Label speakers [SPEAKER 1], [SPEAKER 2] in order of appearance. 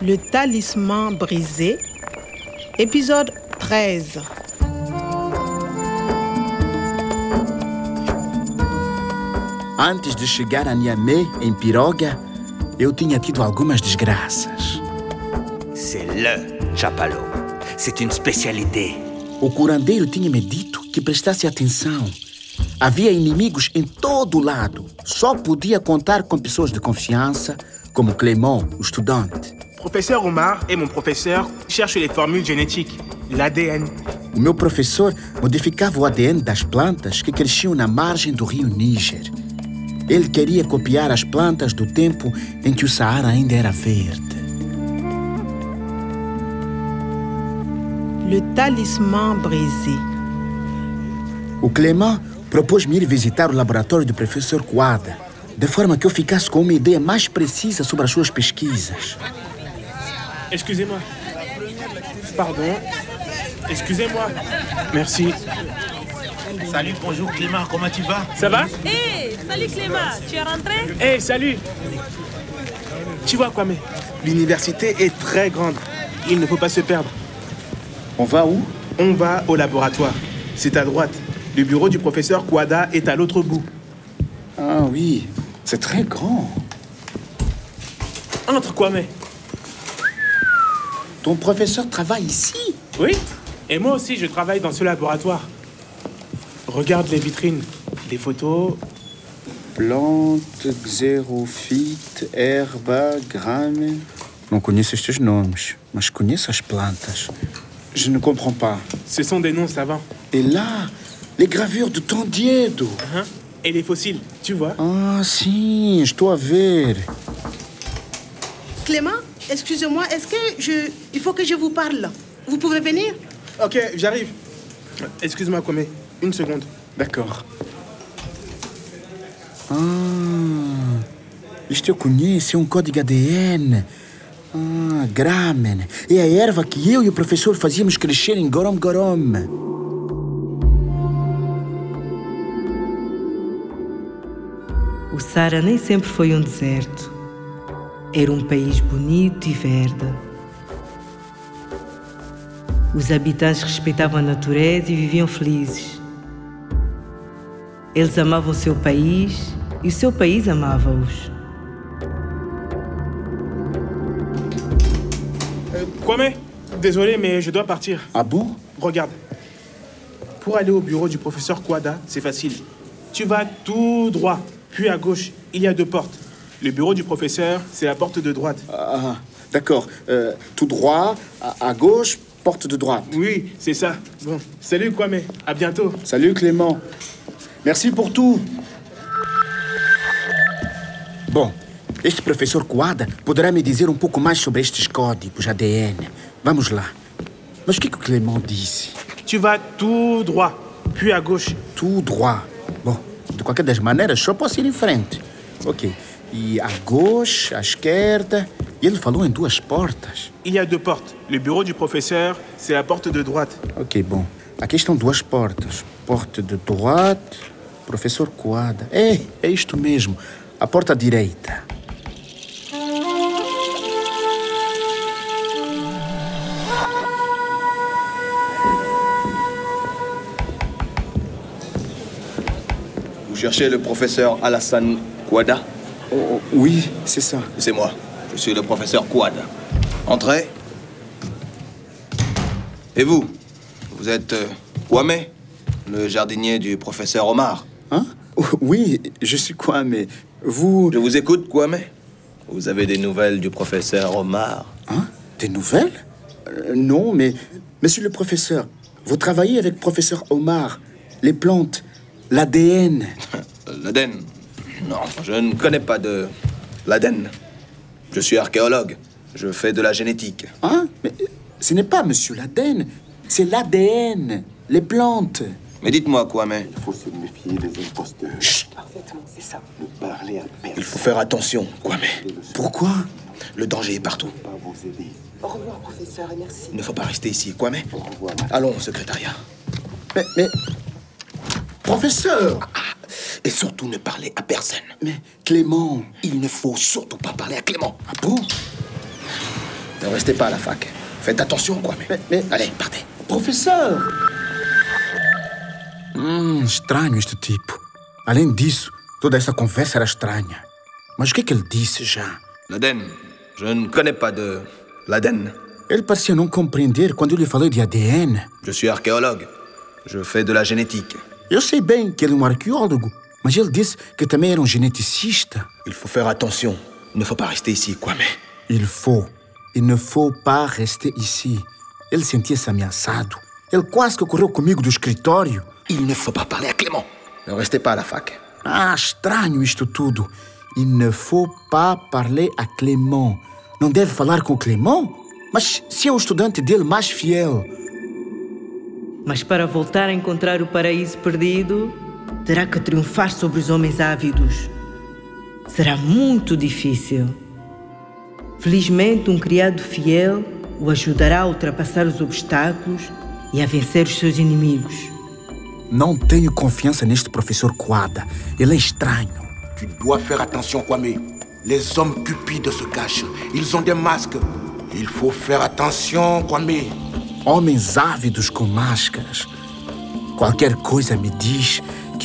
[SPEAKER 1] Le talisman brisé, épisode 13.
[SPEAKER 2] Antes de chegar a Niamey, em piroga, eu tinha tido algumas desgraças.
[SPEAKER 3] C'est LE chapalot. C'est une spécialité.
[SPEAKER 2] O curandeiro tinha me dito que prestasse atenção. Havia inimigos em todo lado. Só podia contar com pessoas de confiança, como Clément, o estudante.
[SPEAKER 4] Professeur Omar et mon professeur cherchent les formules génétiques, l'ADN.
[SPEAKER 2] O meu professor modificava o ADN das plantas que cresciam na margem do rio Níger. Ele queria copiar as plantas do tempo em que o Saara ainda era verde.
[SPEAKER 1] Le talisman brisé.
[SPEAKER 2] O Clément propôs-me ir visitar o laboratório do professor Coada, de forma que eu ficasse com uma ideia mais precisa sobre as suas pesquisas.
[SPEAKER 5] Excusez-moi. Pardon. Excusez-moi. Merci.
[SPEAKER 6] Salut, bonjour Clément, comment tu vas
[SPEAKER 5] Ça va
[SPEAKER 7] Hé, salut Clément, tu es rentré
[SPEAKER 5] Eh, salut Tu vois, Kwame, l'université est très grande. Il ne faut pas se perdre.
[SPEAKER 2] On va où
[SPEAKER 4] On va au laboratoire. C'est à droite. Le bureau du professeur Kouada est à l'autre bout.
[SPEAKER 2] Ah oui, c'est très grand.
[SPEAKER 5] Entre, Kwame.
[SPEAKER 2] Ton professeur travaille ici
[SPEAKER 5] Oui Et moi aussi, je travaille dans ce laboratoire. Regarde les vitrines, les photos.
[SPEAKER 2] Plante, xerofite, herba, grame. Não conheço estes nomes, mas conheço as plantas. Je ne comprends pas.
[SPEAKER 5] Ce sont des noms savants.
[SPEAKER 2] Et là, les gravures de Tondiedo.
[SPEAKER 4] Uh-huh.
[SPEAKER 5] Hein Et les fossiles, tu vois
[SPEAKER 2] Ah, sim, estou a ver.
[SPEAKER 8] Clément, excusez-moi, est-ce que je... Il faut que je vous parle. Vous pouvez venir
[SPEAKER 4] Ok, j'arrive. Excuse-moi, Kwame. Une seconde.
[SPEAKER 2] D'accord. Ah, isto eu conheço, é um código ADN. Ah, gramen. É a erva que eu e o professor fazíamos crescer em Gorom Gorom.
[SPEAKER 9] O Sara nem sempre foi um deserto. Era um país bonito e verde. Os habitantes respeitavam a natureza e viviam felizes. Eles amavam o seu país e o seu país amava-os.
[SPEAKER 5] Euh, Kwame, désolé, mais je dois partir.
[SPEAKER 2] Ah bom?
[SPEAKER 4] Regarde. Pour aller au bureau du professeur Kouada, c'est facile. Tu vas tout droit, puis à gauche, il y a deux portes. Le bureau du professeur, c'est la porte de droite.
[SPEAKER 2] Ah, d'accord. Euh, tout droit, à, à gauche, porte de droite.
[SPEAKER 4] Oui, c'est ça. Bon, salut Kwame, à bientôt.
[SPEAKER 2] Salut Clément. Merci pour tout. Bom, este professor Coada poderá me dizer um pouco mais sobre estes códigos ADN. Vamos lá. Mas o que, que o Clément disse?
[SPEAKER 4] Tu vas tout droit, puis à gauche.
[SPEAKER 2] Tout droit. Bom, de qualquer das maneiras, só posso ir em frente. Ok. E à gauche, à esquerda. E ele falou em duas portas.
[SPEAKER 4] Il y a deux portes. Le bureau du professeur, c'est la porte de droite.
[SPEAKER 2] Ok, bom. Aqui estão duas portas. Porta de droite, professor Coada. É, é isto mesmo. A porta direita.
[SPEAKER 6] Vous cherchez le professeur Alassane Kouada
[SPEAKER 2] Oh, oh, oui, c'est ça.
[SPEAKER 6] C'est moi. Je suis le professeur Kouada. Entrez. Et vous Vous êtes euh, Kwame, le jardinier du professeur Omar.
[SPEAKER 2] Hein? Oui, je suis quoi, mais vous.
[SPEAKER 6] Je vous écoute, Kwame. Vous avez des nouvelles du professeur Omar
[SPEAKER 2] Hein? Des nouvelles Euh, Non, mais. Monsieur le professeur, vous travaillez avec professeur Omar. Les plantes, l'ADN.
[SPEAKER 6] Euh, L'Aden Non, je ne connais pas de l'Aden. Je suis archéologue. Je fais de la génétique.
[SPEAKER 2] Hein? Mais euh, ce n'est pas monsieur l'ADN, c'est l'ADN. Les plantes.
[SPEAKER 6] Mais dites-moi, Kwame,
[SPEAKER 10] Il faut se méfier des imposteurs. Ne parler à
[SPEAKER 6] il
[SPEAKER 10] personne
[SPEAKER 6] faut faire attention, Kwame.
[SPEAKER 2] Pourquoi
[SPEAKER 6] Le danger est partout.
[SPEAKER 10] va vous aider.
[SPEAKER 6] Il ne faut pas rester ici, Kwame. Allons au secrétariat.
[SPEAKER 2] Mais. mais... Professeur
[SPEAKER 6] Ah, Et surtout ne parler à personne.
[SPEAKER 2] Mais Clément,
[SPEAKER 6] Il ne faut surtout pas parler à Clément.
[SPEAKER 2] ah bon
[SPEAKER 6] Ah Ne restez pas à la fac. Faites attention, quoi. Mais, allez, partez.
[SPEAKER 2] Professeur! Hum, estranho este tipo. Além disso, toda essa conversa era estranha. Mas o que é que ele disse já?
[SPEAKER 6] L'Aden. Je ne connais pas de l'Aden.
[SPEAKER 2] Ele parecia não compreender quando eu lhe falei de ADN.
[SPEAKER 6] Je suis archéologue. Je fais de la génétique.
[SPEAKER 2] Eu sei bem que ele é um arqueólogo, mas ele disse que também era um geneticista.
[SPEAKER 6] Il faut faire attention. Il ne faut pas rester ici, quoi. Mais
[SPEAKER 2] Il faut. Il ne faut pas rester ici. Ele sentia-se ameaçado. Ele quase que correu comigo do escritório.
[SPEAKER 6] il ne faut pas parler à Clément. Ne restez pas à la fac.
[SPEAKER 2] Ah, estranho isto tudo. Il ne faut pas parler a Clément. Não deve falar com o Clément? Mas se é o estudante dele mais fiel.
[SPEAKER 9] Mas para voltar a encontrar o paraíso perdido, terá que triunfar sobre os homens ávidos. Será muito difícil. Felizmente, um criado fiel o ajudará a ultrapassar os obstáculos e a vencer os seus inimigos.
[SPEAKER 2] Não tenho confiança neste professor Quada. Ele é estranho.
[SPEAKER 11] Tu dois faire attention, Kwame. Les hommes cupides se cachent. Ils ont des masques. Il faut faire attention, Kwame.
[SPEAKER 2] Homens ávidos com máscaras. Qualquer coisa me diz que